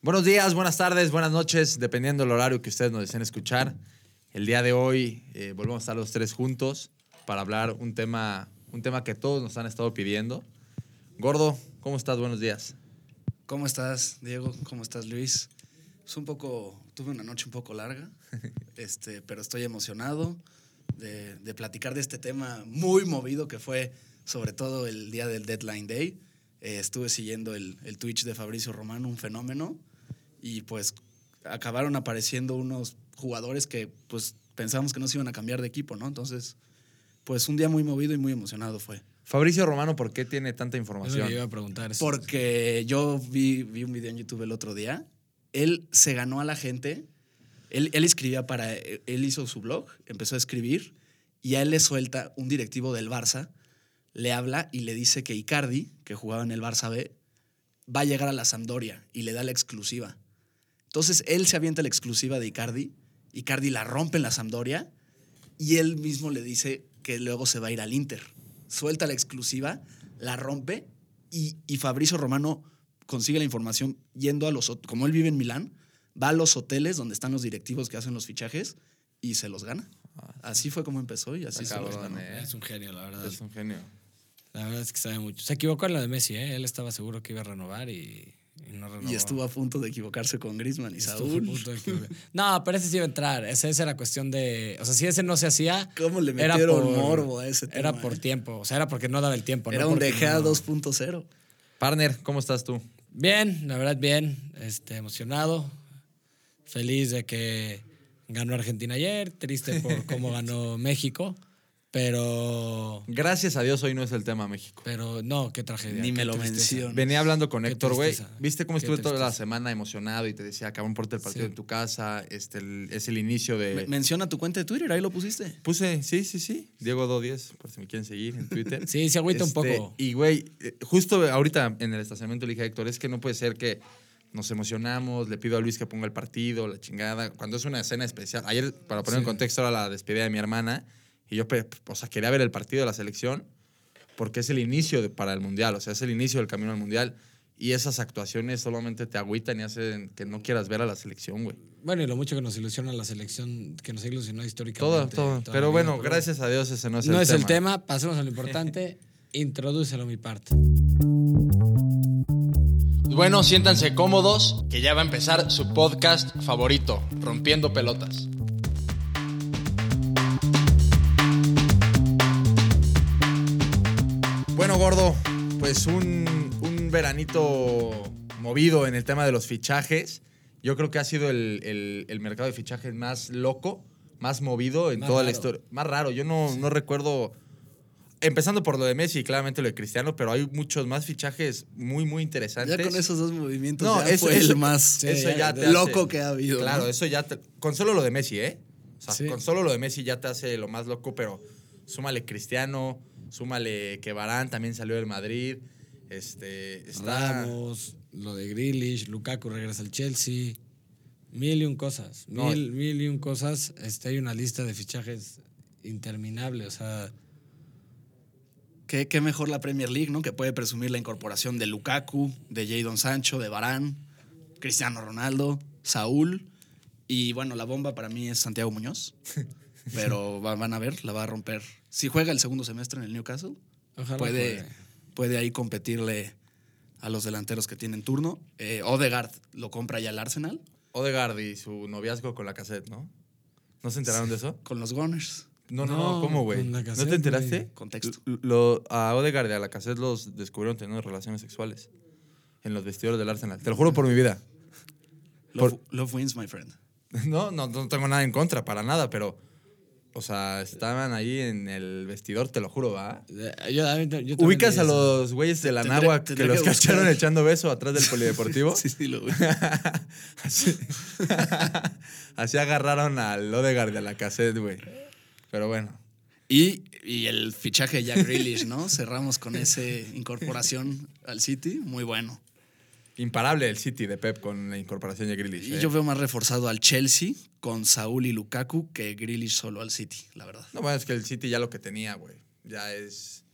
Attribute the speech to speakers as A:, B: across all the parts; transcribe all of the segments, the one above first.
A: Buenos días, buenas tardes, buenas noches, dependiendo del horario que ustedes nos deseen escuchar. El día de hoy eh, volvemos a estar los tres juntos para hablar un tema, un tema que todos nos han estado pidiendo. Gordo, ¿cómo estás? Buenos días.
B: ¿Cómo estás, Diego? ¿Cómo estás, Luis? Es un poco, tuve una noche un poco larga, este, pero estoy emocionado de, de platicar de este tema muy movido que fue sobre todo el día del Deadline Day. Eh, estuve siguiendo el, el Twitch de Fabricio Romano, un fenómeno, y pues acabaron apareciendo unos jugadores que pues pensamos que no se iban a cambiar de equipo, ¿no? Entonces, pues un día muy movido y muy emocionado fue.
A: Fabricio Romano, ¿por qué tiene tanta
C: Es lo que yo
A: información?
C: iba a preguntar. es-
B: Porque yo vi, vi un video en YouTube el otro día. Él se ganó a la gente. Él, él escribía para. Él hizo su blog, empezó a escribir y a él le suelta un directivo del Barça. Le habla y le dice que Icardi, que jugaba en el Barça B, va a llegar a la Sampdoria y le da la exclusiva. Entonces él se avienta la exclusiva de Icardi. Icardi la rompe en la Sampdoria y él mismo le dice que luego se va a ir al Inter. Suelta la exclusiva, la rompe y, y Fabricio Romano consigue la información yendo a los... hot- Como él vive en Milán, va a los hoteles donde están los directivos que hacen los fichajes y se los gana.
C: Ah,
B: Así fue como empezó y así se los
A: Cabrón,
B: ganó.
A: eh.
C: Es un genio, la verdad.
A: Es un genio.
C: La verdad es que sabe mucho. Se equivocó en lo de Messi, ¿eh? Él estaba seguro que iba a renovar y, y no renovó.
B: Y estuvo a punto de equivocarse con Griezmann y
C: Estuvo a
B: Saúl.
C: punto de que- No, pero ese sí iba a entrar. Ese, esa era cuestión de. O sea, si ese no se hacía.
B: ¿Cómo le
C: era
B: metieron
C: por-
B: morbo a ese tema?
C: Era por
B: eh?
C: tiempo. O sea, era porque no daba el tiempo.
B: Era
C: no
B: un
C: porque
B: DGA
C: no-
B: 2.0.
A: Partner, ¿cómo estás tú?
C: Bien, la verdad, bien. Este, emocionado. Feliz de que ganó Argentina ayer. Triste por cómo ganó México. Pero.
A: Gracias a Dios hoy no es el tema México.
C: Pero no, qué tragedia.
B: Ni
C: qué
B: me lo
C: tristeza.
B: menciono.
A: Venía hablando con
C: Qué
A: Héctor, güey.
C: tristeza.
A: ¿Viste cómo
C: Qué
A: estuve toda la
C: tristeza.
A: semana emocionado y te decía, acabó por el partido
C: Sí.
A: en tu casa? Este, el- es el inicio de...
B: Me- Menciona tu cuenta de Twitter, ahí lo pusiste.
A: Puse, sí, sí, sí. Diego 210, por si me quieren seguir en Twitter. Este,
C: Sí, se agüita un poco.
A: Y, güey, eh, justo ahorita en el estacionamiento le dije a Héctor, es que no puede ser que nos emocionamos, le pido a Luis que ponga el partido, la chingada. Cuando es una escena especial. Ayer, para poner en
C: Sí.
A: contexto, era la despedida de mi hermana. Y yo, pe- o sea, quería ver el partido de la selección porque es el inicio de- para el Mundial. O sea, es el inicio del camino al Mundial. Y esas actuaciones solamente te agüitan y hacen que no quieras ver a la selección, güey.
C: Bueno, y lo mucho que nos ilusiona la selección, que nos ilusionó
A: Todo,
C: históricamente.
A: todo.
C: toda la
A: Pero
C: vida,
A: bueno, gracias a Dios ese no es el
C: no
A: tema.
C: es el tema, pasemos a lo importante. Introdúcelo mi parte.
D: Bueno, siéntanse cómodos, que ya va a empezar su podcast favorito, Rompiendo Pelotas.
A: Bueno, gordo, pues un, un veranito movido en el tema de los fichajes. Yo creo que ha sido el, el- el mercado de fichajes más loco, más movido en
C: Más
A: toda la
C: raro.
A: historia. Más raro, yo no, no recuerdo. Empezando por lo de Messi y claramente lo de Cristiano, pero hay muchos más fichajes muy, muy interesantes.
B: Ya con esos dos movimientos
A: No,
B: ya
A: eso-
B: fue
A: eso-
B: el más
A: eso ya te
B: loco
A: hace-
B: que ha habido.
A: Claro,
B: ¿no?
A: eso ya. te- con solo lo de Messi, ¿eh? O sea,
C: Sí.
A: con solo lo de Messi ya te hace lo más loco, pero súmale Cristiano, súmale que Barán también salió del Madrid. Este. Está.
C: Ramos, lo de Grealish, Lukaku regresa al Chelsea. Mil y un cosas.
A: No.
C: Mil, mil y un cosas. Este, hay una lista de fichajes interminable. O sea,
B: Qué, qué mejor la Premier League, ¿no? Que puede presumir la incorporación de Lukaku, de Jadon Sancho, de Barán, Cristiano Ronaldo, Saúl. Y bueno, la bomba para mí es Santiago Muñoz. Pero va- van a ver, la va a romper. Si juega el segundo semestre en el Newcastle,
C: ojalá.
B: puede,
C: juegue.
B: puede ahí competirle a los delanteros que tienen turno. Eh, Odegaard lo compra ya el Arsenal
A: Odegaard y su noviazgo con la cassette, ¿no? ¿No se enteraron de eso?
B: con los Gunners.
A: No, no,
C: No,
A: ¿cómo, güey?
C: con
A: ¿No
C: la
A: te
C: Lacazette,
A: enteraste?
C: güey.
B: Contexto.
A: L- Lo, a Odegaard y a la cassette los descubrieron teniendo relaciones sexuales en los vestidores del Arsenal. Te lo juro por mi vida.
B: Love,
A: Por-
B: Love wins, my friend.
A: No, no, no tengo nada en contra, para nada, pero. O sea, estaban ahí en el vestidor, te lo juro, ¿va?
C: Eh, Yo, a mí ta- yo también
A: ¿Ubicas
C: leí
A: a
C: eso.
A: los güeyes de la
B: Tendré-
A: nagua que
B: tendré
A: los
B: que
A: cacharon
B: buscar.
A: echando beso atrás del polideportivo?
B: Sí, sí, lo
A: Así, así agarraron al Odegaard de la cassette, güey. Pero bueno.
B: Y, y el fichaje de Jack Grealish, ¿no? Cerramos con esa incorporación al City, muy bueno.
A: Imparable el City de Pep con la incorporación de Grealish.
B: Y
A: ¿eh?
B: yo veo más reforzado al Chelsea con Saúl y Lukaku que Grealish solo al City, la verdad.
A: No, bueno, es que el City ya lo que tenía, güey. Ya es.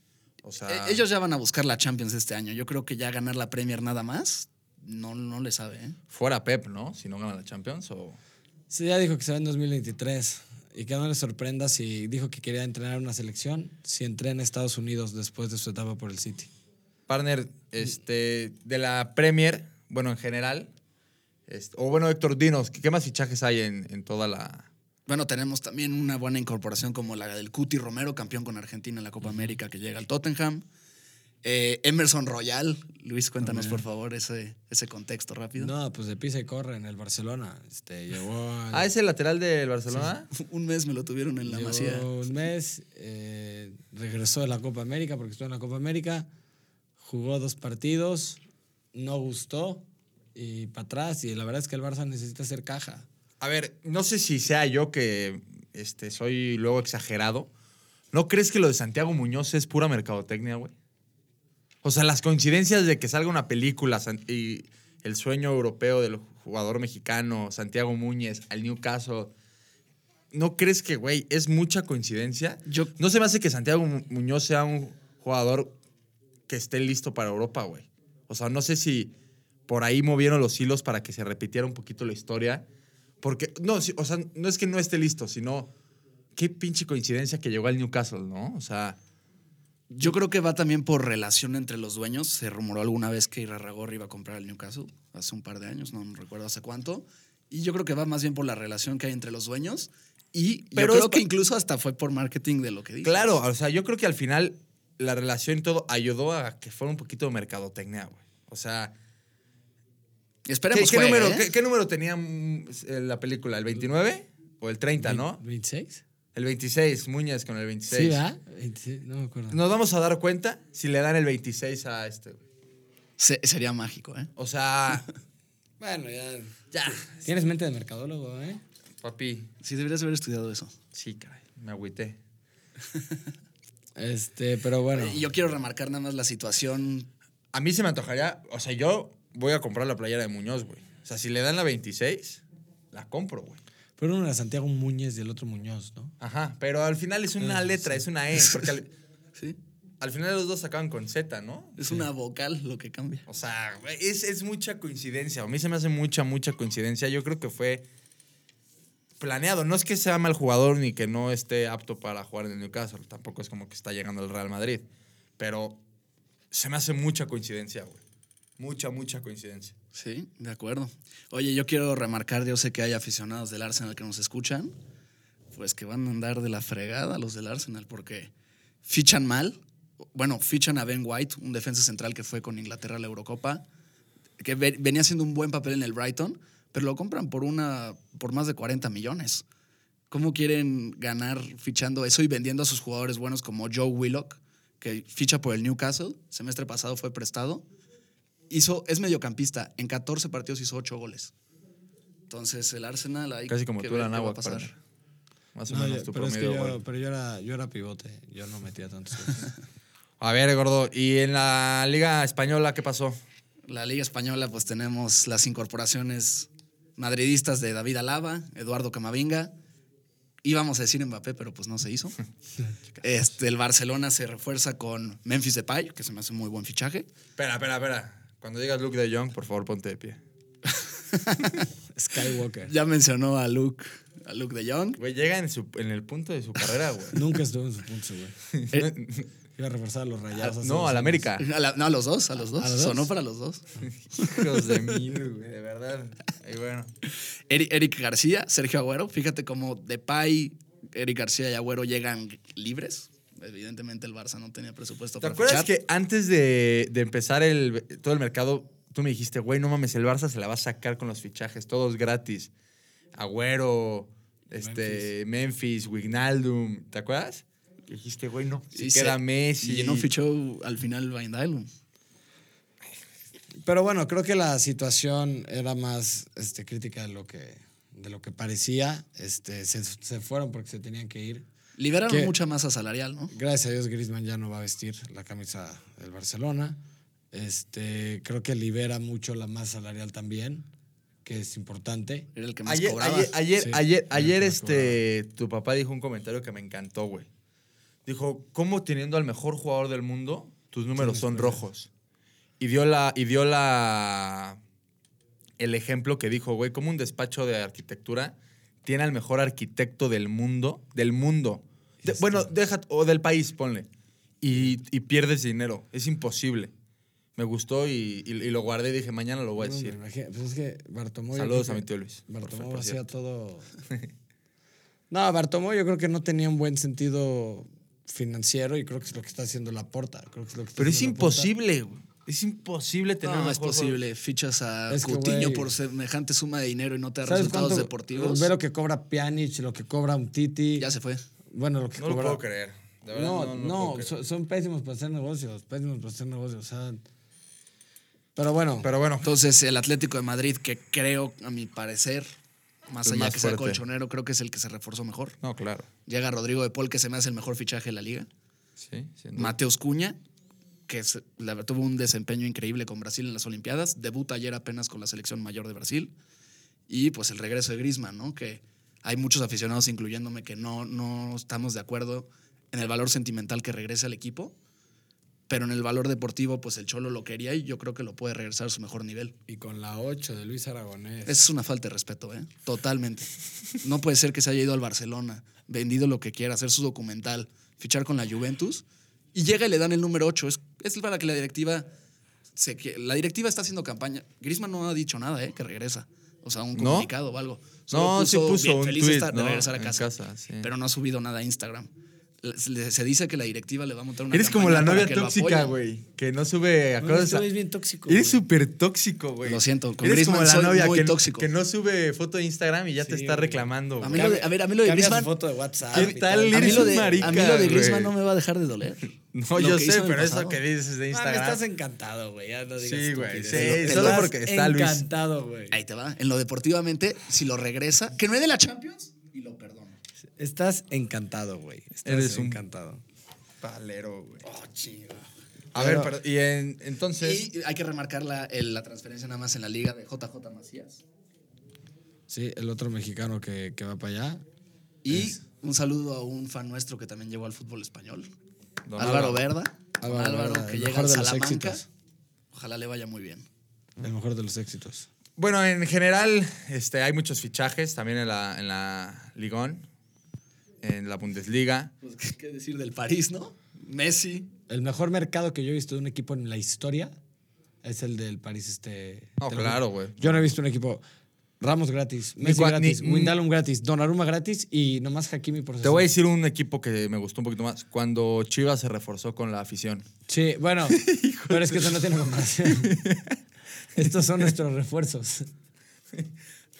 A: O sea. Ah.
B: E-, Eh, Ellos ya van a buscar la Champions este año. Yo creo que ya ganar la Premier nada más no, no le sabe, ¿eh?
A: Fuera Pep, ¿no? Si no gana la Champions o...
C: Sí, ya dijo que se va en 2023. Y que no le sorprenda si dijo que quería entrenar una selección, si entrena en Estados Unidos después de su etapa por el City.
A: Partner, este, de la Premier, bueno, en general. este, o bueno, Héctor, dinos, ¿qué qué más fichajes hay en, en toda la.
B: Bueno, tenemos también una buena incorporación como la del Cuti Romero, campeón con Argentina en la Copa América, que llega al Tottenham. Eh, Emerson Royal. Luis, cuéntanos, por favor, ese, ese contexto rápido.
C: No, pues de pisa y corre en el Barcelona. Este, llegó al-
A: Ah, ¿es el lateral del Barcelona?
B: Un mes me lo tuvieron en la
C: Llegó
B: masía.
C: un mes, eh, regresó de la Copa América porque estuvo en la Copa América, jugó dos partidos, no gustó y para atrás. Y la verdad es que el Barça necesita hacer caja.
A: A ver, no sé si sea yo que este, soy luego exagerado. ¿No crees que lo de Santiago Muñoz es pura mercadotecnia, güey? O sea, las coincidencias de que salga una película San- y el sueño europeo del jugador mexicano, Santiago Muñez, al Newcastle. ¿No crees que, güey, es mucha coincidencia?
B: Yo-
A: No se me hace que Santiago Mu- Muñoz sea un jugador que esté listo para Europa, güey. O sea, no sé si por ahí movieron los hilos para que se repitiera un poquito la historia. Porque, no, sí, o sea, no es que no esté listo, sino qué pinche coincidencia que llegó al Newcastle, ¿no? O sea,
B: Yo creo que va también por relación entre los dueños. Se rumoró alguna vez que Irarragorri iba a comprar el Newcastle hace un par de años, no recuerdo hace cuánto. Y yo creo que va más bien por la relación que hay entre los dueños. Y
A: Pero
B: yo
A: es
B: creo que
A: pa-
B: incluso hasta fue por marketing de lo que dice.
A: claro, o sea, yo creo que al final la relación y todo ayudó a que fuera un poquito de mercadotecnia, güey. O sea, ¿qué,
C: pues
B: Esperemos
A: qué
B: juegue,
A: número,
B: ¿eh?
A: qué- qué número tenía mm, eh, la película? ¿El 29 o el 30, no?
C: ¿26?
A: El 26, Muñez con el 26.
C: Sí, ¿verdad? 26, no me acuerdo.
A: Nos vamos a dar cuenta si le dan el 26 a este, güey.
B: Se- sería mágico, ¿eh?
A: O sea,
C: Bueno, ya.
A: ya.
C: Tienes mente de mercadólogo, ¿eh?
A: Papi,
B: Sí, deberías haber estudiado eso.
A: sí, caray, me agüité.
C: Este, pero bueno.
B: Y yo quiero remarcar nada más la situación.
A: A mí se me antojaría, o sea, yo voy a comprar la playera de Muñoz, güey. O sea, si le dan la 26, la compro, güey.
C: Pero uno era Santiago Muñez y el otro Muñoz, ¿no?
A: Ajá, pero al final es
C: Ah,
A: una letra, es una E, porque al,
B: ¿sí?
A: al final los dos acaban con Z, ¿no?
B: Es una vocal lo que cambia.
A: O sea, güey, es, es mucha coincidencia. A mí se me hace mucha, mucha coincidencia. Yo creo que fue planeado. No es que sea mal jugador ni que no esté apto para jugar en el Newcastle. Tampoco es como que está llegando al Real Madrid. Pero se me hace mucha coincidencia, güey. Mucha, mucha coincidencia.
B: Sí, de acuerdo. Oye, yo quiero remarcar, yo sé que hay aficionados del Arsenal que nos escuchan, pues que van a andar de la fregada los del Arsenal porque fichan mal. Bueno, fichan a Ben White, un defensa central que fue con Inglaterra a la Eurocopa, que ve- venía haciendo un buen papel en el Brighton, pero lo compran por una por más de 40 millones. ¿Cómo quieren ganar fichando eso y vendiendo a sus jugadores buenos como Joe Willock, que ficha por el Newcastle, semestre pasado fue prestado? hizo, es mediocampista. En 14 partidos hizo 8 goles. Entonces el Arsenal ahí.
A: Casi como
B: que
A: tú,
B: ver
A: la
B: qué va a
A: náhuatl.
B: pasar.
A: partner. Más o
C: No,
A: menos
C: yo-
A: tu
C: pero es que
A: promedio. de
C: yo,
A: gol.
C: pero yo era, yo era pivote. Yo no metía tantos goles.
A: A ver, gordo. ¿Y en la Liga Española qué pasó?
B: La Liga Española, pues tenemos las incorporaciones madridistas de David Alaba, Eduardo Camavinga. Íbamos a decir Mbappé, pero pues no se hizo. este, el Barcelona se refuerza con Memphis Depay, que se me hace un muy buen fichaje.
A: Espera, espera, espera. Cuando digas Luke de Jong, por favor, ponte de pie.
C: Skywalker.
B: Ya mencionó a Luke, a Luke de Jong.
A: Güey, llega en, su- en el punto de su carrera, güey.
C: Nunca estuvo en su punto, güey. Iba a reforzar a los rayados. hace
A: Eh, no,
C: dos
A: al
C: años.
A: América.
B: A la- no, a los dos, Ah. a los dos.
C: ¿A los dos?
B: Sonó para los dos.
A: Hijos de mil, güey, de verdad. Y bueno.
B: Eri- Eric García, Sergio Agüero. Fíjate cómo Depay, Eric García y Agüero llegan libres. Evidentemente el Barça no tenía presupuesto
A: ¿Te
B: para
A: acuerdas
B: fichar.
A: que antes de, de empezar el, todo el mercado, tú me dijiste, güey, no mames, el Barça se la va a sacar con los fichajes, todos gratis. Agüero, este, Memphis, Wignaldum, ¿te acuerdas? Que Dijiste, güey, no. Si
B: Y
A: queda
B: se-
A: Messi.
B: Y no fichó al final um, Van Dijk.
C: Pero bueno, creo que la situación era más este, crítica de lo que, de lo que parecía. Este, se, se fueron porque se tenían que ir.
B: Liberaron
C: ¿Qué?
B: mucha masa salarial, ¿no?
C: Gracias a Dios, Griezmann ya no va a vestir la camisa del Barcelona. Este, creo que libera mucho la masa salarial también, que es importante.
B: Era el que más
A: Ayer,
B: cobraba.
A: ayer, ayer,
C: Sí,
A: ayer,
C: era el
A: ayer,
C: que más
A: este, tu papá dijo un comentario que me encantó, güey. Dijo, ¿cómo teniendo al mejor jugador del mundo, tus números son rojos? Y dio la, y dio la, el ejemplo que dijo, güey, como un despacho de arquitectura tiene al mejor arquitecto del mundo, del mundo. De-
C: Este.
A: bueno, deja, o del país, ponle. Y, y pierdes dinero. Es imposible. Me gustó y, y- y lo guardé y dije, mañana lo voy a
C: No, me
A: decir.
C: imagino. Pues es que Bartomeu. yo
A: Saludos
C: creo
A: a
C: que
A: mi tío Luis, por
C: Bartomeu
A: fa- por
C: hacía
A: cierto.
C: todo. No, Bartomeu yo creo que no tenía un buen sentido financiero y creo que es lo que está haciendo la porta. Creo que es lo que está
A: Pero es
C: haciendo Laporta.
A: imposible, güey. Es imposible tener
B: No,
A: mejor
B: es
A: juego.
B: posible. Fichas a
C: Es que,
B: Coutinho
C: güey,
B: por semejante suma de dinero y no te da
C: ¿Sabes
B: resultados
C: cuánto?
B: deportivos.
C: Ve lo que cobra Pjanic, lo que cobra un Titi.
B: Ya se fue.
C: Bueno, lo que
A: No lo
C: cobra-
A: puedo creer. De verdad,
C: no,
A: no, no
C: no,
A: lo puedo creer.
C: son, son pésimos para hacer negocios, pésimos para hacer negocios. O sea, pero bueno,
A: Pero bueno,
B: Entonces, el Atlético de Madrid, que creo, a mi parecer, más
A: El
B: allá
A: más
B: que sea
A: fuerte.
B: colchonero, creo que es el que se reforzó mejor.
A: no, claro.
B: Llega Rodrigo de Paul, que se me hace el mejor fichaje de la liga.
A: Sí, sin duda.
B: Mateos Cuña, que se- la- tuvo un desempeño increíble con Brasil en las Olimpiadas, debuta ayer apenas con la selección mayor de Brasil, y pues el regreso de Griezmann, ¿no? Que hay muchos aficionados, incluyéndome, que no, no estamos de acuerdo en el valor sentimental que regresa al equipo, pero en el valor deportivo, pues el Cholo lo quería y yo creo que lo puede regresar a su mejor nivel.
C: y con la 8 de Luis Aragonés.
B: Esa es una falta de respeto, ¿eh? Totalmente. No puede ser que se haya ido al Barcelona, vendido lo que quiera, hacer su documental, fichar con la Juventus y llega y le dan el número 8. Es, es para que la directiva. Se, que- la directiva está haciendo campaña. Griezmann no ha dicho nada, ¿eh? Que regresa. O sea, un
A: ¿No?
B: comunicado o algo.
A: No, sí puso un
B: feliz
A: tuit,
B: está de
A: ¿no?
B: regresar a
A: En
B: casa.
A: casa, sí.
B: Pero no ha subido nada a Instagram. La- Se se dice que la directiva le va a montar una
A: Eres como
B: campaña
A: la
B: para
A: novia
B: que lo
A: tóxica,
B: apoye.
A: güey. Que no sube a
C: No,
A: cosas.
C: este güey es bien tóxico,
A: Eres
C: güey.
A: súper tóxico, güey.
B: Lo siento, con
A: Eres
B: Griezmann
A: como la
B: soy
A: novia
B: muy
A: que,
B: tóxico.
A: que no sube foto de Instagram y ya te
C: Sí,
A: está
C: güey.
A: reclamando,
B: A
A: güey.
B: mí lo de- a ver, a mí lo de
C: Cambia su
B: Griezmann-
C: foto de WhatsApp.
A: ¿Qué
C: y
A: tal,
B: A mí,
A: Eres
B: lo
A: un
B: de, a mí
A: marica,
B: lo de Griezmann
A: güey.
B: no me va a dejar de doler.
A: No,
B: Lo
A: yo
B: que hizo
A: sé,
B: en el
A: pero eso
B: pasado.
A: que dices de
C: Man,
A: Instagram.
C: Ah, estás encantado, güey. Ya no digas
A: Sí, güey,
C: estupideces.
B: sí, solo
C: Estás
A: porque está Luis.
C: Encantado, güey.
B: Ahí te va. En lo deportivamente, si lo regresa, que no es de la Champions, y lo perdono.
C: Estás encantado, güey. Estás
A: Eres un-
C: encantado.
A: Palero, güey.
B: Oh, chido.
A: A ver, pero, y en- entonces.
B: Y hay que remarcar la, el- la transferencia nada más en la liga de JJ Macías.
C: Sí, el otro mexicano que, que va para allá.
B: Y un saludo a un fan nuestro que también llegó al fútbol español.
A: Don
B: Álvaro
A: Álvaro.
B: Verda. Don
C: Álvaro
B: Álvaro,
C: Verda,
B: que
C: el
B: llega
C: mejor
B: al
C: de los
B: Salamanca.
C: éxitos.
B: Ojalá le vaya muy bien.
C: El mejor de los éxitos.
A: Bueno, en general, este, hay muchos fichajes también en la, en la Ligón, en la Bundesliga.
B: Pues, ¿qué- ¿Qué decir del París, no? Messi.
C: El mejor mercado que yo he visto de un equipo en la historia es el del París este.
A: No,
C: te lo
A: claro,
C: juro.
A: güey.
C: Yo no he visto un equipo. Ramos gratis,
A: Ni
C: Messi
A: cua-
C: gratis,
A: ni-
C: Windalum gratis, Donnarumma gratis y nomás Hakimi por
A: Te voy a
C: 60.
A: decir un equipo que me gustó un poquito más. Cuando Chivas se reforzó con la afición.
C: Sí, bueno, pero es que eso no tiene comparación. Estos son nuestros refuerzos.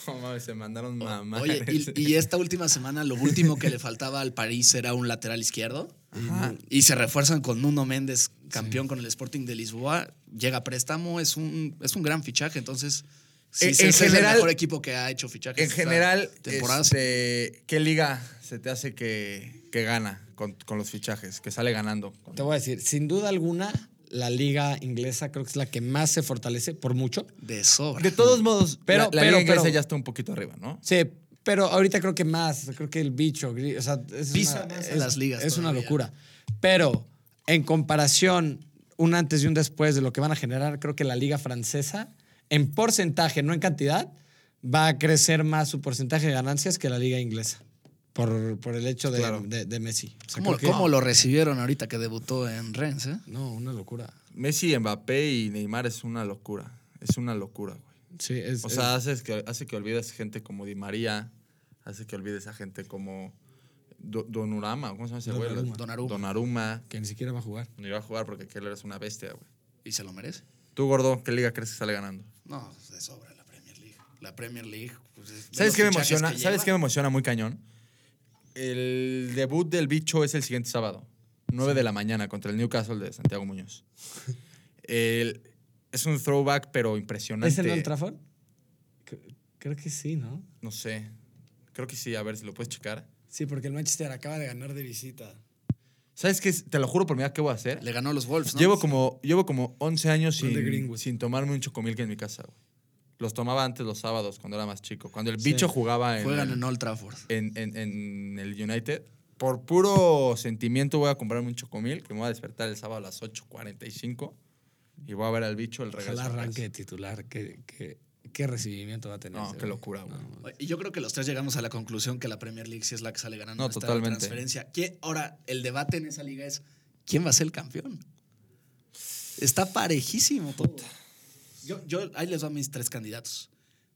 A: No mames, se mandaron mamá.
B: Oye, y, y esta última semana lo último que le faltaba al París era un lateral izquierdo. Mm. Y se refuerzan con Nuno Méndez, campeón con el Sporting de Lisboa. Llega a préstamo, es un, es un gran fichaje. Entonces, sí,
A: En-
B: sí,
A: en
B: es el
A: general-
B: mejor equipo que ha hecho fichajes.
A: En
B: esta
A: general,
B: temporada.
A: este, ¿qué liga se te hace que, que gana con, con los fichajes? Que sale ganando.
C: Te voy a decir, sin duda alguna, la liga inglesa creo que es la que más se fortalece, por mucho.
B: de sobra.
A: De todos modos,
C: Pero-
A: la, la
C: pero-
A: liga inglesa
C: pero-
A: ya está un poquito arriba, ¿no?
C: Sí, pero ahorita creo que más, creo que el bicho, gri- o sea, es
B: Pisa
C: una,
B: más a
C: es-
B: las ligas
C: Es una
B: todavía.
C: locura. Pero en comparación, un antes y un después de lo que van a generar, creo que la liga francesa, en porcentaje, no en cantidad, va a crecer más su porcentaje de ganancias que la liga inglesa. Por, por el hecho de,
A: Claro.
C: de- de Messi. O sea,
B: ¿Cómo,
C: creo que-
B: cómo lo recibieron ahorita que debutó en Rennes? eh?
C: No, una locura.
A: Messi, Mbappé y Neymar es una locura. Es una locura, güey.
C: Sí, es,
A: O sea, haces que, hace que olvides gente como Di María, hace que olvides a gente como Do- Donurama, ¿cómo se llama ese güey?
C: Donnarumma.
B: Donnarumma.
A: Donaruma.
C: es- que ni siquiera va a jugar.
A: No iba a jugar porque Keller es una bestia, güey.
B: Y se lo merece.
A: Tú, gordo, ¿qué liga crees que sale ganando?
B: No, de sobra la Premier League. La Premier League. pues, es de
A: ¿Sabes
B: los
A: qué me
B: fichajes
A: emociona?
B: que
A: ¿Sabes
B: lleva.
A: qué me emociona muy cañón? El debut del bicho es el siguiente sábado, 9 de la mañana, contra el Newcastle de Santiago Muñoz. El- es un throwback, pero impresionante.
C: ¿Es en Old Trafford? Cre- Creo que sí, ¿no?
A: No sé. Creo que sí, a ver si lo puedes checar.
C: Sí, porque el Manchester acaba de ganar de visita.
A: ¿Sabes qué? Te lo juro por mi vida, ¿qué voy a hacer?
B: Le ganó a los Wolves, ¿no?
A: Pues Llevo, como, llevo como 11 años
C: Gol de
A: sin,
C: Greenwood.
A: sin tomarme un chocomilk en mi casa, güey. Los tomaba antes los sábados, cuando era más chico. Cuando el bicho jugaba en,
B: Juegan en Old Trafford.
A: en, en- en el United. Por puro sentimiento voy a comprarme un chocomil, que me voy a despertar el sábado a las 8.45 y voy a ver al bicho el regreso.
C: Ojalá
A: a casa.
C: arranque de titular, que, que ¿Qué recibimiento va a tener?
A: No,
C: ese
A: qué
C: güey?
A: locura, güey.
C: No,
B: Y yo creo que los tres llegamos a la conclusión que la Premier League sí es la que sale ganando
A: No,
B: esta
A: totalmente.
B: transferencia. ¿Qué- ahora, el debate en esa liga es ¿quién va a ser el campeón? Está parejísimo todo. Yo, yo, ahí les va mis tres candidatos.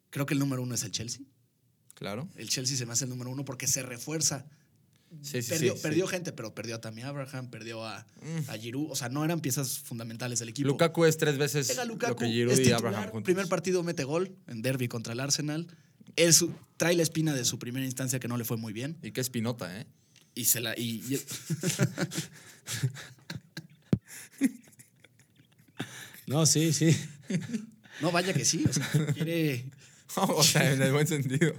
B: Creo que el número uno es el Chelsea.
A: Claro.
B: El Chelsea se me hace el número uno porque se refuerza.
A: Sí, sí,
B: perdió
A: sí, Mm.
B: perdió
A: sí.
B: gente, pero perdió a Tammy Abraham, perdió a, a Giroud. O sea, no eran piezas fundamentales del equipo.
A: Lukaku es tres veces
B: Llega
A: lo
B: Lukaku,
A: que Giroud
B: es
A: y
B: titular,
A: Abraham juntos.
B: primer partido mete gol en derby contra el Arsenal. Él su- trae la espina de su primera instancia que no le fue muy bien
A: Y qué espinota, ¿eh?
B: y se la y, y-
C: No, sí, sí.
B: no vaya que sí, o sea, quiere
A: o sea, en el buen sentido.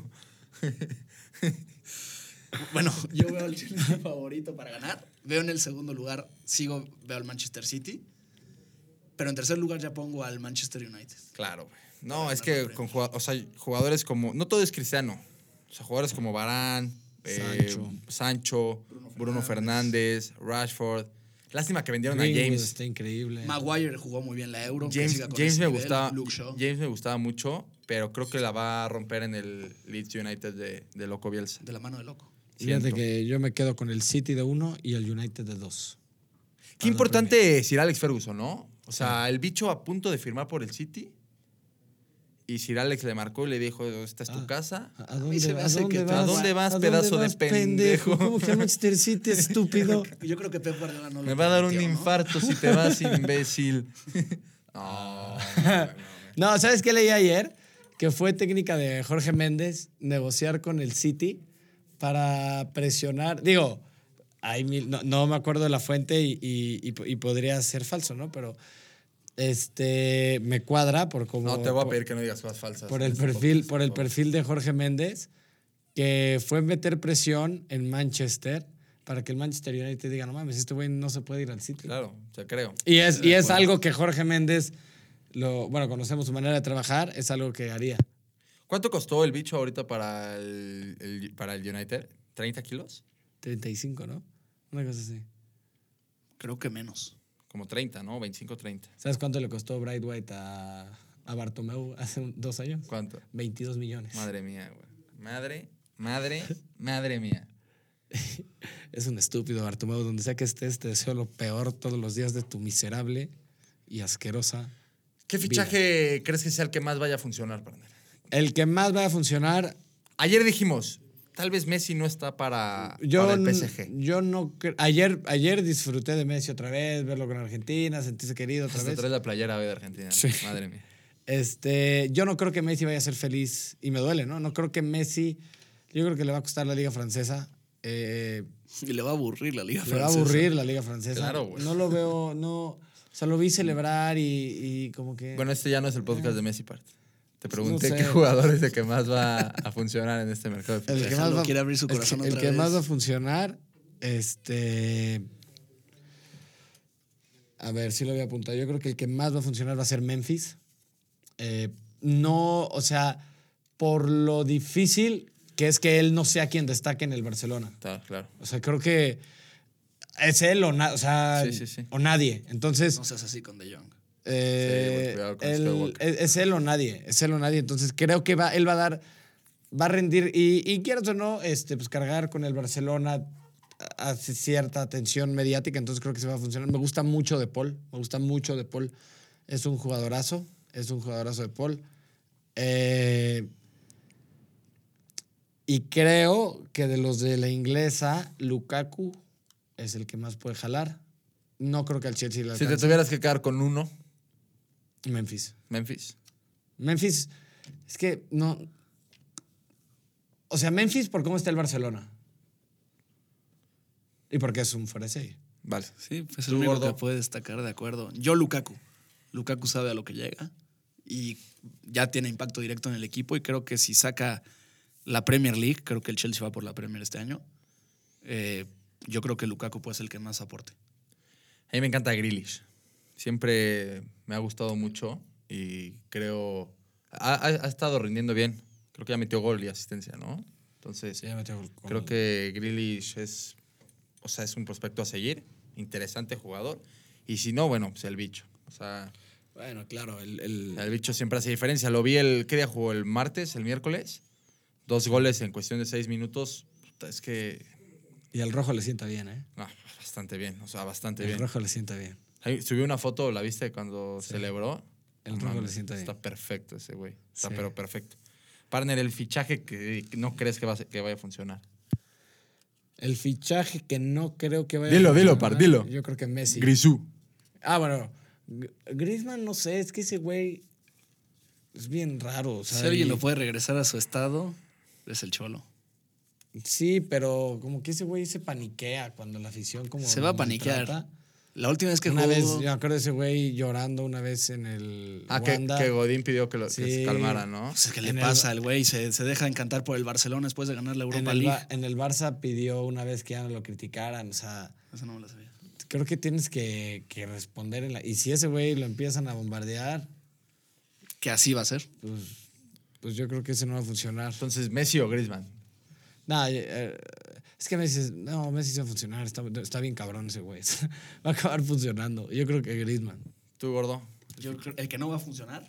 B: bueno, yo veo al Chelsea favorito para ganar. Veo en el segundo lugar, sigo veo al Manchester City. Pero en tercer lugar ya pongo al Manchester United.
A: Claro, güey. No, es que con jugado- o sea, jugadores como. No todo es cristiano. O sea, jugadores como Barán, eh,
C: Sancho.
A: Sancho, Bruno Fernández, Rashford. Lástima que vendieron a
C: Greenwood
A: James.
C: Está increíble.
B: Maguire jugó muy bien la Euro. este, que
A: James,
B: siga con
A: James
B: ese
A: me
B: nivel.
A: gustaba,
B: Luke Shaw.
A: James me gustaba mucho, pero creo que la va a romper en el Leeds United de, de Loco Bielsa.
B: de la mano de loco.
C: Fíjate
A: Siento.
C: que yo me quedo con el City de uno y el United de dos.
A: Qué importante es Sir Alex Ferguson, ¿no? O sea, el bicho a punto de firmar por el City. Y Sir Alex le marcó y le dijo, esta es tu
C: Ah.
A: casa.
C: ¿A- ¿A dónde,
B: se me
C: ¿a
B: hace
C: dónde
B: que-
C: vas?
B: ¿A dónde
A: vas, pedazo de pendejo?
C: ¿Cómo que al Manchester City, estúpido?
B: Yo creo que Pep Guardiola no lo
A: Me va a dar un
B: permitió, ¿no?
A: infarto si te vas, imbécil. No,
C: No, ¿sabes qué leí ayer? Que fue técnica de Jorge Méndez negociar con el City para presionar. Digo, hay mil- no, no me acuerdo de la fuente y, y- y po- y podría ser falso, ¿no? Pero este me cuadra por como.
A: no te voy a
C: por-
A: pedir que no digas cosas falsas.
C: por
A: en
C: el
A: este
C: perfil,
A: podcast,
C: por el
A: favor.
C: perfil de Jorge Méndez, que fue meter presión en Manchester para que el Manchester United diga, no mames, este güey no se puede ir al City.
A: Claro, te creo.
C: Y es, y es algo que Jorge Méndez, lo, bueno, conocemos su manera de trabajar, es algo que haría.
A: ¿Cuánto costó el bicho ahorita para el, el- para el United? ¿30 kilos?
C: 35, ¿no? Una cosa así.
B: Creo que menos.
A: Como 30, ¿no? 25, 30.
C: ¿Sabes cuánto le costó Bright White a, a Bartomeu hace un- dos años?
A: ¿Cuánto?
C: 22 millones.
A: Madre mía, güey. Madre, madre, madre mía.
C: Es un estúpido, Bartomeu. Donde sea que estés, te deseo lo peor todos los días de tu miserable y asquerosa
A: ¿Qué fichaje crees que sea el que más vaya a funcionar, Partner?
C: El que más va a funcionar,
A: Ayer dijimos, tal vez Messi no está para,
C: yo,
A: para el
C: n-
A: PSG.
C: yo no cre- ayer, ayer disfruté de Messi otra vez, verlo con Argentina, sentirse querido otra
A: Hasta
C: vez.
A: traes la playera hoy de Argentina.
C: Sí.
A: Madre mía.
C: Este, yo no creo que Messi vaya a ser feliz y me duele, ¿no? No creo que Messi, yo creo que le va a costar la liga francesa. eh,
B: Y le va a aburrir la liga
C: le va a
B: francesa.
C: aburrir la liga francesa.
A: Claro, güey.
C: No lo veo, no, o sea, lo vi celebrar y, y como que
A: Bueno, este ya no es el podcast de Messi Part. Te pregunté
C: sé.
A: qué jugador es el que más va a funcionar en este mercado. de
C: el
A: fichajes.
C: que
B: Déjalo,
C: más va,
B: quiere abrir su
C: el que-
B: corazón
C: el
B: otra
C: que
B: vez.
C: más va a funcionar, este. A ver, sí lo voy a apuntar. Yo creo que el que más va a funcionar va a ser Memphis. Eh, no, o sea, por lo difícil que es que él no sea quien destaque en el Barcelona.
A: Está, claro.
C: O sea, creo que es él o, na- o sea,
A: Sí, sí, sí.
C: o nadie. Entonces,
B: No seas así con De Jong.
C: eh,
A: Sí, cuidado con
C: él-
A: Skywalker.
C: es, es él o nadie, es él o nadie. Entonces creo que va, él va a dar, va a rendir y, y quieras o no, este, pues cargar con el Barcelona hace cierta atención mediática, entonces creo que se va a funcionar. Me gusta mucho De Paul, me gusta mucho De Paul. Es un jugadorazo, es un jugadorazo de Paul. Eh, y creo que de los de la inglesa, Lukaku es el que más puede jalar. No creo que al Chelsea le
A: Si te
C: alcance.
A: tuvieras que quedar con uno,
C: Memphis.
A: Memphis.
C: Memphis, es que no. O sea, Memphis por cómo está el Barcelona. Y porque es un Foresei.
A: Vale.
B: Sí, pues
A: Tú,
B: el único
A: gordo.
B: que puede destacar, de acuerdo. Yo, Lukaku. Lukaku sabe a lo que llega y ya tiene impacto directo en el equipo. Y creo que si saca la Premier League, creo que el Chelsea va por la Premier este año. eh, yo creo que Lukaku puede ser el que más aporte.
A: A mí me encanta Grealish. Siempre me ha gustado mucho y creo. Ha, ha- ha estado rindiendo bien. Creo que ya metió gol y asistencia, ¿no? Entonces, creo que Grealish es. O sea, es un prospecto a seguir. Interesante jugador. Y si no, bueno, pues el bicho. O sea,
C: Bueno, claro, el,
A: El
C: el-
A: bicho siempre hace diferencia. Lo vi el. ¿Qué día jugó? ¿El martes? ¿El miércoles? Dos goles en cuestión de seis minutos. Puta, Es que.
C: y al rojo le sienta bien, ¿eh?
A: ah, bastante bien. O sea, bastante
C: El
A: bien.
C: rojo le sienta bien.
A: Ahí subí una foto, ¿la viste cuando celebró?
C: El
A: No
C: rojo le
A: mames,
C: sienta bien.
A: Está perfecto ese güey. Está
C: Sí.
A: pero perfecto. Partner, el fichaje que no crees que, va a ser- que vaya a funcionar.
C: El fichaje que no creo que vaya
A: Dilo, dilo,
C: funcionar,
A: par, dilo.
C: Yo creo que Messi.
A: Grisú.
C: Ah, bueno. Gr- Griezmann, no sé, es que ese güey es bien raro. o sea,
B: Si alguien
C: y-
B: lo puede regresar a su estado, es el cholo.
C: Sí, pero como que ese güey se paniquea cuando la afición como...
B: Se va a
C: lo
B: paniquear.
C: maltrata.
B: La última vez que
C: Una
B: jugó.
C: vez, yo me acuerdo de ese güey llorando una vez en el
A: Ah, que,
C: Wanda.
A: que Godín pidió que, lo, que se
C: Sí.
A: calmara, ¿no?
B: Pues es que le
C: en el-
B: pasa al güey, se, se deja encantar por el Barcelona después de ganar la
C: en,
B: Europa
C: el
B: League.
C: Ba- en el Barça pidió una vez que ya no lo criticaran. O sea,
B: Esa no me la sabía.
C: creo que tienes que, que responder. En la, y si ese güey lo empiezan a bombardear,
B: Que así va a ser.
C: pues, pues yo creo que ese no va a funcionar.
A: Entonces, Messi o Griezmann.
C: Nah, eh, eh, es que me dices, no, Messi se va a funcionar, está, está bien cabrón ese güey. va a acabar funcionando. Yo creo que Griezmann.
A: Tú, gordo.
B: Yo creo- el que no va a funcionar,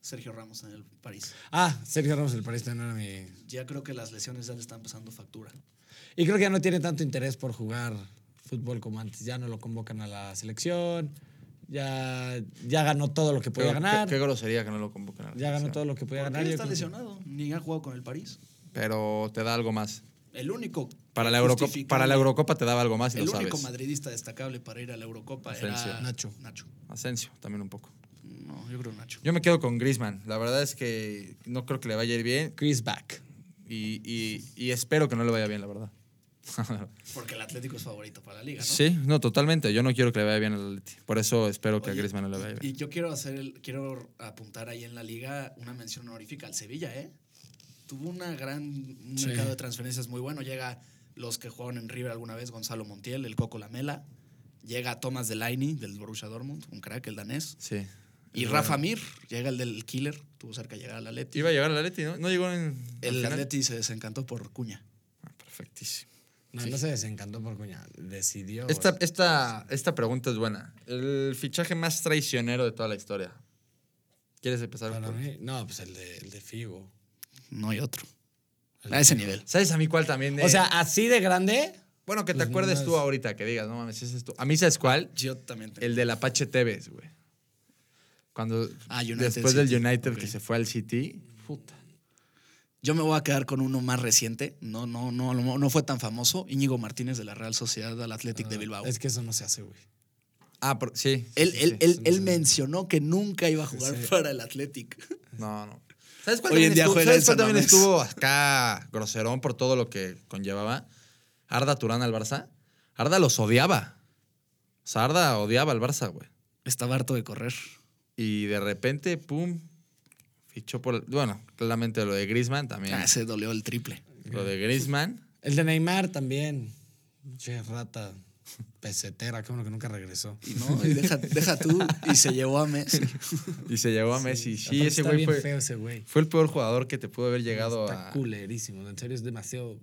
B: Sergio Ramos en el París.
C: Ah, Sergio Ramos el París no era mi...
B: Ya creo que las lesiones ya le están pasando factura.
C: Y creo que ya no tiene tanto interés por jugar fútbol como antes. Ya no lo convocan a la selección, ya, ya ganó todo lo que podía
A: Qué-
C: ganar.
A: Qué, qué grosería que no lo convoquen. a la
C: ya ganó
A: selección.
C: todo lo que podía
B: Porque
C: ganar.
B: él
C: yo
B: está
C: creo que-
B: lesionado, ni ha jugado con el París.
A: Pero te da algo más.
B: El único.
A: Para la, Eurocopa,
B: justificable-
A: para la Eurocopa te daba algo más y
B: El
A: lo
B: único
A: sabes.
B: madridista destacable para ir a la Eurocopa
A: Asensio.
B: era
C: Nacho.
B: Nacho.
A: Asensio, también un poco.
B: No, yo creo Nacho.
A: Yo me quedo con Griezmann. La verdad es que no creo que le vaya a ir bien
C: Chris Back.
A: y, y- y espero que no le vaya bien, la verdad.
B: Porque el Atlético es favorito para la liga, ¿no?
A: sí, no, totalmente. Yo no quiero que le vaya bien al Atleti. Por eso espero que a
B: Oye,
A: Griezmann no le vaya
B: Y
A: bien.
B: yo quiero hacer, el- quiero apuntar ahí en la liga una mención honorífica al Sevilla, ¿eh? Tuvo una gran, un
C: Sí.
B: mercado de transferencias muy bueno. Llega los que jugaron en River alguna vez, Gonzalo Montiel, el Coco Lamela. Llega Thomas Delaney, del Borussia Dortmund, un crack, el danés.
A: Sí.
B: Y Rafa Mir, llega el del Killer, tuvo cerca de llegar al Atleti.
A: Iba a llegar al Atleti, ¿no? No llegó en... al
B: el
A: final.
B: Atleti se desencantó por Cuña.
A: Ah, perfectísimo.
C: No, no se desencantó por cuña. Decidió.
A: Esta, esta, esta pregunta es buena. El fichaje más traicionero de toda la historia. ¿Quieres empezar?
C: Para
A: por-
C: mí, no, pues el de, el de Figo.
B: No hay otro. A ese nivel.
A: ¿Sabes a mí cuál también?
C: O
A: eh?
C: sea, así de grande.
A: bueno, que te
C: pues,
A: acuerdes
C: no
A: tú
C: es-
A: ahorita, que digas, no mames, ese es tú. A mí, ¿sabes cuál?
B: Yo también tengo.
A: El del Apache Tevez, güey. Cuando.
B: Ah, United
A: después
B: City.
A: del United
B: Ok.
A: que se fue al City. Puta.
B: Yo me voy a quedar con uno más reciente. No, no, no, no, no fue tan famoso. Íñigo Martínez de la Real Sociedad al Athletic de Bilbao.
C: ah, Es que eso no se hace, güey.
A: Ah, por- sí. Ah, sí,
B: él,
A: sí,
B: él,
A: sí.
B: él, él mencionó que nunca iba a jugar para el Athletic.
A: No, no. ¿Sabes cuál
B: Hoy en
A: también,
B: día
A: estuvo,
B: juega
A: ¿sabes
B: en
A: cuál
B: San
A: también
B: Mamés.
A: estuvo acá groserón por todo lo que conllevaba? Arda Turán al Barça. Arda los odiaba. O sea, Arda odiaba al Barça, güey.
B: Estaba harto de correr.
A: Y de repente, pum, fichó por. el- Bueno, claramente lo de Griezmann también.
B: Ah, se dolió el triple.
A: Lo de Griezmann.
C: El de Neymar también. Che, rata. Pesetera, qué bueno que nunca regresó.
B: Y no, y deja, deja tú. Y se llevó a Messi.
A: Y se llevó a Messi. Sí,
C: Aparte
A: ese
C: está
A: güey
C: bien feo
A: fue,
C: ese güey.
A: fue el peor jugador que te pudo haber llegado
C: Está
A: a.
C: culerísimo. En serio, es demasiado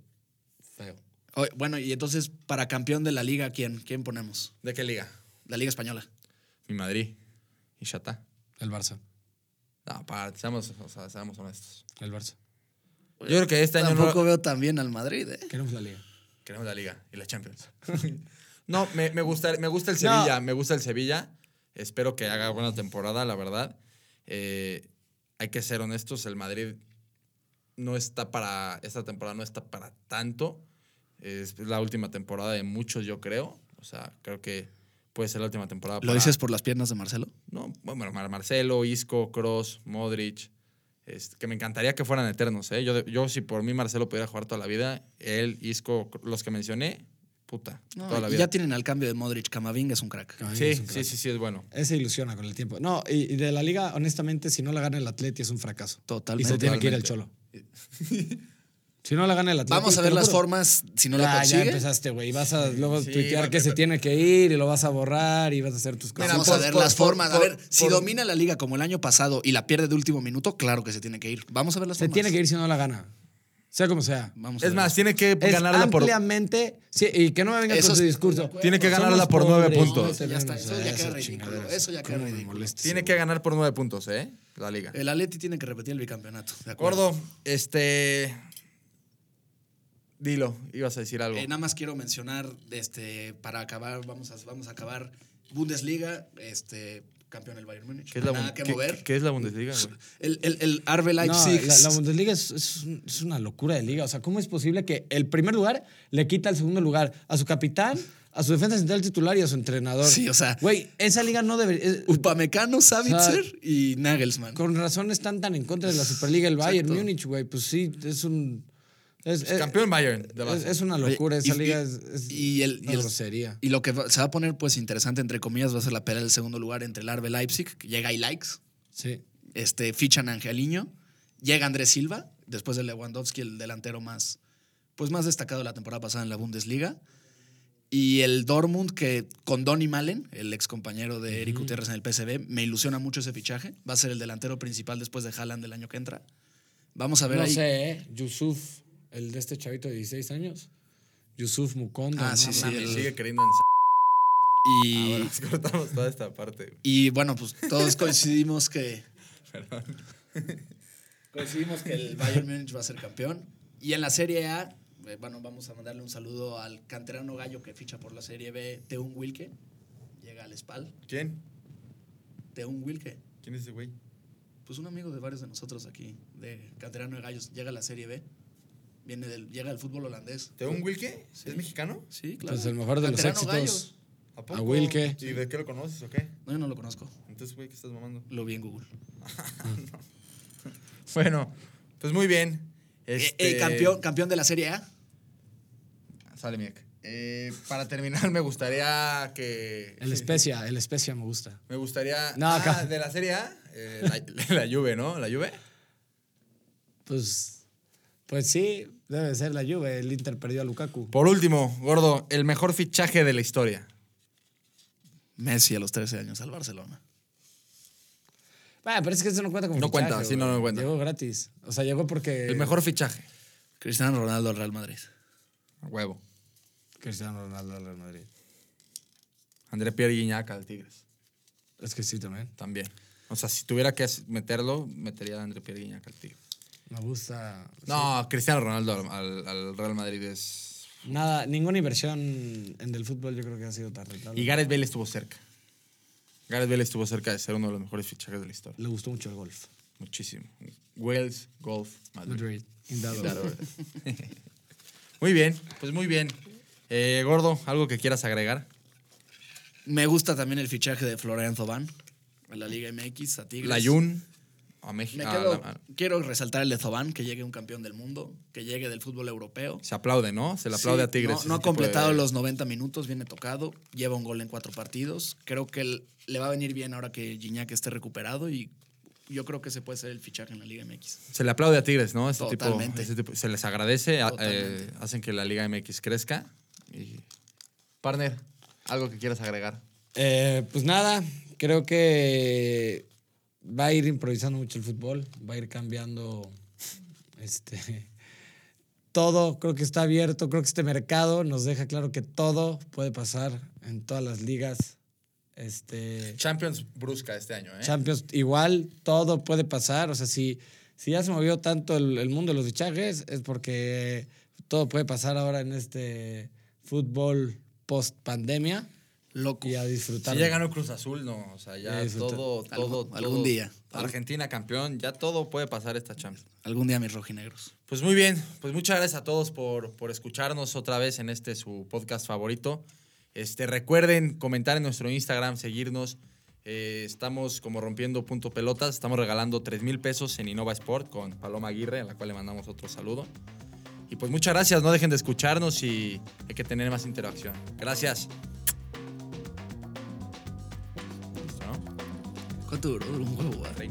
C: feo.
B: Oye, Bueno, y entonces, para campeón de la liga, ¿quién? ¿Quién ponemos?
A: ¿De qué liga?
B: La Liga Española.
A: Mi Madrid. Y Chata.
C: El Barça.
A: No, para, seamos, o sea, seamos honestos.
C: El Barça.
A: Yo creo que este año
B: Tampoco
A: no
B: veo tan bien al Madrid, ¿eh?
C: Queremos la liga.
A: queremos la liga y la Champions. no, me, me gusta, me gusta el Sevilla, me gusta el Sevilla. Espero que haga buena temporada, la verdad. Eh, hay que ser honestos, el Madrid no está para, esta temporada no está para tanto. Es la última temporada de muchos, yo creo. O sea, creo que puede ser la última temporada.
B: ¿Lo
A: para-
B: dices por las piernas de Marcelo?
A: No, bueno, Mar- Marcelo, Isco, Cross, Modric. este, que me encantaría que fueran eternos, ¿eh? Yo, de- yo, si por mí Marcelo pudiera jugar toda la vida, él, Isco, Cr- los que mencioné, puta,
B: No,
A: toda la
B: y
A: vida. Ah.
B: ya tienen al cambio de Modric. Camavinga es un crack.
C: Camavinga
A: Sí,
C: es un
A: sí,
C: crack.
A: sí, sí, es bueno.
C: Ese ilusiona con el tiempo. No, y, y de la liga, honestamente, si no la gana el Atleti es un fracaso.
B: Totalmente.
C: Y se tiene que ir el Cholo. si no la gana el Atleti.
B: Vamos a
C: te
B: ver
C: lo
B: las
C: juro.
B: formas si no la
C: Ah, ya
B: consigue.
C: empezaste, güey. Y vas a luego
A: sí,
C: tuitear
A: va-
C: que se tiene que ir y lo vas a borrar y vas a hacer tus cosas.
B: Vamos
A: Mira,
B: a
A: por-
B: ver
A: por-
B: las
A: por-
B: formas.
A: por-
B: a ver, si
A: por-
B: domina la liga como el año pasado y la pierde de último minuto, claro que se tiene que ir. Vamos a ver las
C: se
B: formas.
C: tiene que ir si no la gana. Sea como sea.
B: Vamos a
A: Es
B: ver.
A: más, tiene que
C: Es
A: ganarla por.
C: ampliamente... sí, y que no me venga
B: Eso
C: con su
B: es-
C: discurso.
A: Tiene que
C: Somos
A: ganarla por nueve
C: pobres.
A: puntos.
C: No, ese
B: Ya está,
C: no
B: eso
C: sé,
B: ya
C: esas
B: queda ridículo,
C: chingaderas.
B: eso ya queda
C: Cómo me
B: ridículo.
C: molesta
A: Tiene
C: ese
A: que ganar por nueve puntos, ¿eh? La liga. De
B: El Atleti tiene que repetir el bicampeonato. ¿De acuerdo?
A: acuerdo, este. Dilo, ibas a decir algo.
B: Eh, nada más quiero mencionar, este, para acabar, vamos a, vamos a acabar Bundesliga, este, campeón el Bayern Múnich.
A: ¿Qué es la,
B: Nada
A: Bund-
B: que
A: qué-
B: mover.
A: qué es la Bundesliga? güey?
B: El, el, el RB
C: No,
B: Leipzig.
C: la, la Bundesliga es, es un- es una locura de liga. O sea, ¿cómo es posible que el primer lugar le quita al segundo lugar a su capitán, a su defensa central titular y a su entrenador?
B: Sí, o sea-
C: Güey, esa liga no debería. es-
B: Upamecano, Savitzer
C: O sea,
B: y Nagelsmann.
C: con razón están tan en contra de la Superliga el Bayern Múnich, güey. Pues sí, es un. Es, es-
A: Campeón Bayern. de
C: es,
A: base.
C: es una locura.
B: Oye,
C: esa
B: y-
C: liga
B: y-
C: es, es
B: y el- y
C: una
B: el-
C: grosería.
B: Y lo que va- se va a poner, pues, interesante, entre comillas, va a ser la pelea del segundo lugar entre el RB Leipzig, que llega y likes,
C: Sí.
B: este, fichan a Angeliño, llega Andrés Silva, después de Lewandowski, el delantero más, pues, más destacado la temporada pasada en la Bundesliga. Y el Dortmund, que con Donny Malen, el ex compañero de Eric Gutiérrez en el PSV, me ilusiona mucho ese fichaje. Va a ser el delantero principal después de Haaland del año que entra. Vamos a ver
C: no
B: ahí.
C: sé, ¿eh? Yusuf, el de este chavito de 16 años. Yusuf Mukonda.
B: Ah,
C: no
B: sí, sí,
C: mames.
A: Mames,
B: el-
A: sigue queriendo en.
B: Y,
A: Ahora nos cortamos toda esta parte. güey.
B: Y bueno, pues todos coincidimos que. coincidimos que el Bayern Múnich va a ser campeón. Y en la Serie A, eh, bueno, vamos a mandarle un saludo al canterano gallo que ficha por la Serie B, Teun Wilke. Llega al SPAL.
A: ¿Quién?
B: Teun Wilke.
A: ¿Quién es ese güey?
B: Pues un amigo de varios de nosotros aquí, de canterano de gallos, llega a la Serie B. Viene del, llega del fútbol holandés.
A: ¿Teun Wilke?
B: Sí.
A: ¿Es mexicano?
B: Sí, claro.
C: Pues el mejor de los
B: Canterano
C: éxitos.
B: Gallos.
A: ¿A
C: Wilke.
A: ¿Y de qué lo conoces o qué?
B: No, yo no lo conozco.
A: Entonces, güey, ¿qué estás mamando?
B: Lo vi en Google.
A: Bueno, pues muy bien. Este-
B: Eh, eh, campeón, campeón de la Serie A.
A: Sale, Miek. Eh, para terminar, me gustaría que.
C: El especia, el especia me gusta.
A: Me gustaría.
C: No,
A: ah,
C: acá.
A: de la Serie A, eh, la, la Juve, ¿no? La Juve.
C: Pues, pues sí, debe ser la Juve. El Inter perdió a Lukaku.
A: Por último, gordo, el mejor fichaje de la historia.
B: Messi a los 13 años al Barcelona.
C: Bueno, Ah, pero es que eso no cuenta como
A: No
C: fichaje,
A: cuenta, sí,
C: güey.
A: no, no cuenta.
C: Llegó gratis. O sea, llegó porque...
A: El mejor fichaje.
B: Cristiano Ronaldo al Real Madrid.
A: A Huevo.
C: Cristiano Ronaldo al Real Madrid.
A: André Pierre Guiñac al Tigres.
C: Es que sí, también.
A: También. O sea, si tuviera que meterlo, metería a André Pierre Guiñac al Tigres.
C: Me gusta...
A: No, Cristiano Ronaldo al- al, al Real Madrid es.
C: Nada, ninguna inversión en el fútbol yo creo que ha sido tan rentable.
A: Y Gareth Bale estuvo cerca. Gareth Bale estuvo cerca de ser uno de los mejores fichajes de la historia.
C: Le gustó mucho el golf.
A: Muchísimo. Wales, Golf, Madrid.
C: Madrid. Indado.
A: Muy bien, pues muy bien. Eh, Gordo, ¿algo que quieras agregar?
B: Me gusta también el fichaje de Florian Thauvin a la Liga MX, a Tigres.
A: Layun a
B: Me
A: México. a
B: quedo-
A: la-
B: quiero resaltar el de Thauvin, que llegue un campeón del mundo, que llegue del fútbol europeo.
A: se aplaude, ¿no? Se le aplaude
B: Sí,
A: a Tigres.
B: No,
A: ese
B: no ha
A: tipo de-
B: completado los 90 minutos, viene tocado, lleva un gol en cuatro partidos. Creo que el- le va a venir bien ahora que Gignac esté recuperado y yo creo que ese puede ser el fichaje en la Liga MX.
A: Se le aplaude a Tigres, ¿no? Ese tipo,
B: Totalmente.
A: ese tipo- se les agradece, a- eh,
B: Totalmente.
A: hacen que la Liga MX crezca. Y... Partner, algo que quieras agregar.
C: Eh, pues nada, creo que va a ir improvisando mucho el fútbol, va a ir cambiando este, todo, creo que está abierto, creo que este mercado nos deja claro que todo puede pasar en todas las ligas. Este,
A: Champions brusca este año, ¿eh?
C: Champions, igual todo puede pasar. O sea, si, si ya se movió tanto el, el mundo de los fichajes, es porque todo puede pasar ahora en este fútbol post pandemia
B: Loco.
C: y a disfrutar.
A: Si ya ganó Cruz Azul, no, o sea, ya
C: Eso,
A: todo,
B: algún-
A: todo, todo-
B: algún día.
A: Argentina campeón, ya todo puede pasar esta Champions.
B: Algún día mis rojinegros.
A: Pues muy bien, pues muchas gracias a todos por, por escucharnos otra vez en este su podcast favorito. Este, recuerden comentar en nuestro Instagram, seguirnos. Eh, estamos como rompiendo punto pelotas, estamos regalando 3 mil pesos en Innova Sport con Paloma Aguirre, a la cual le mandamos otro saludo. Y pues muchas gracias, no dejen de escucharnos y hay que tener más interacción. Gracias. Listo, ¿no?
B: ¿Cuánto duró? Duró un huevo, ¿eh?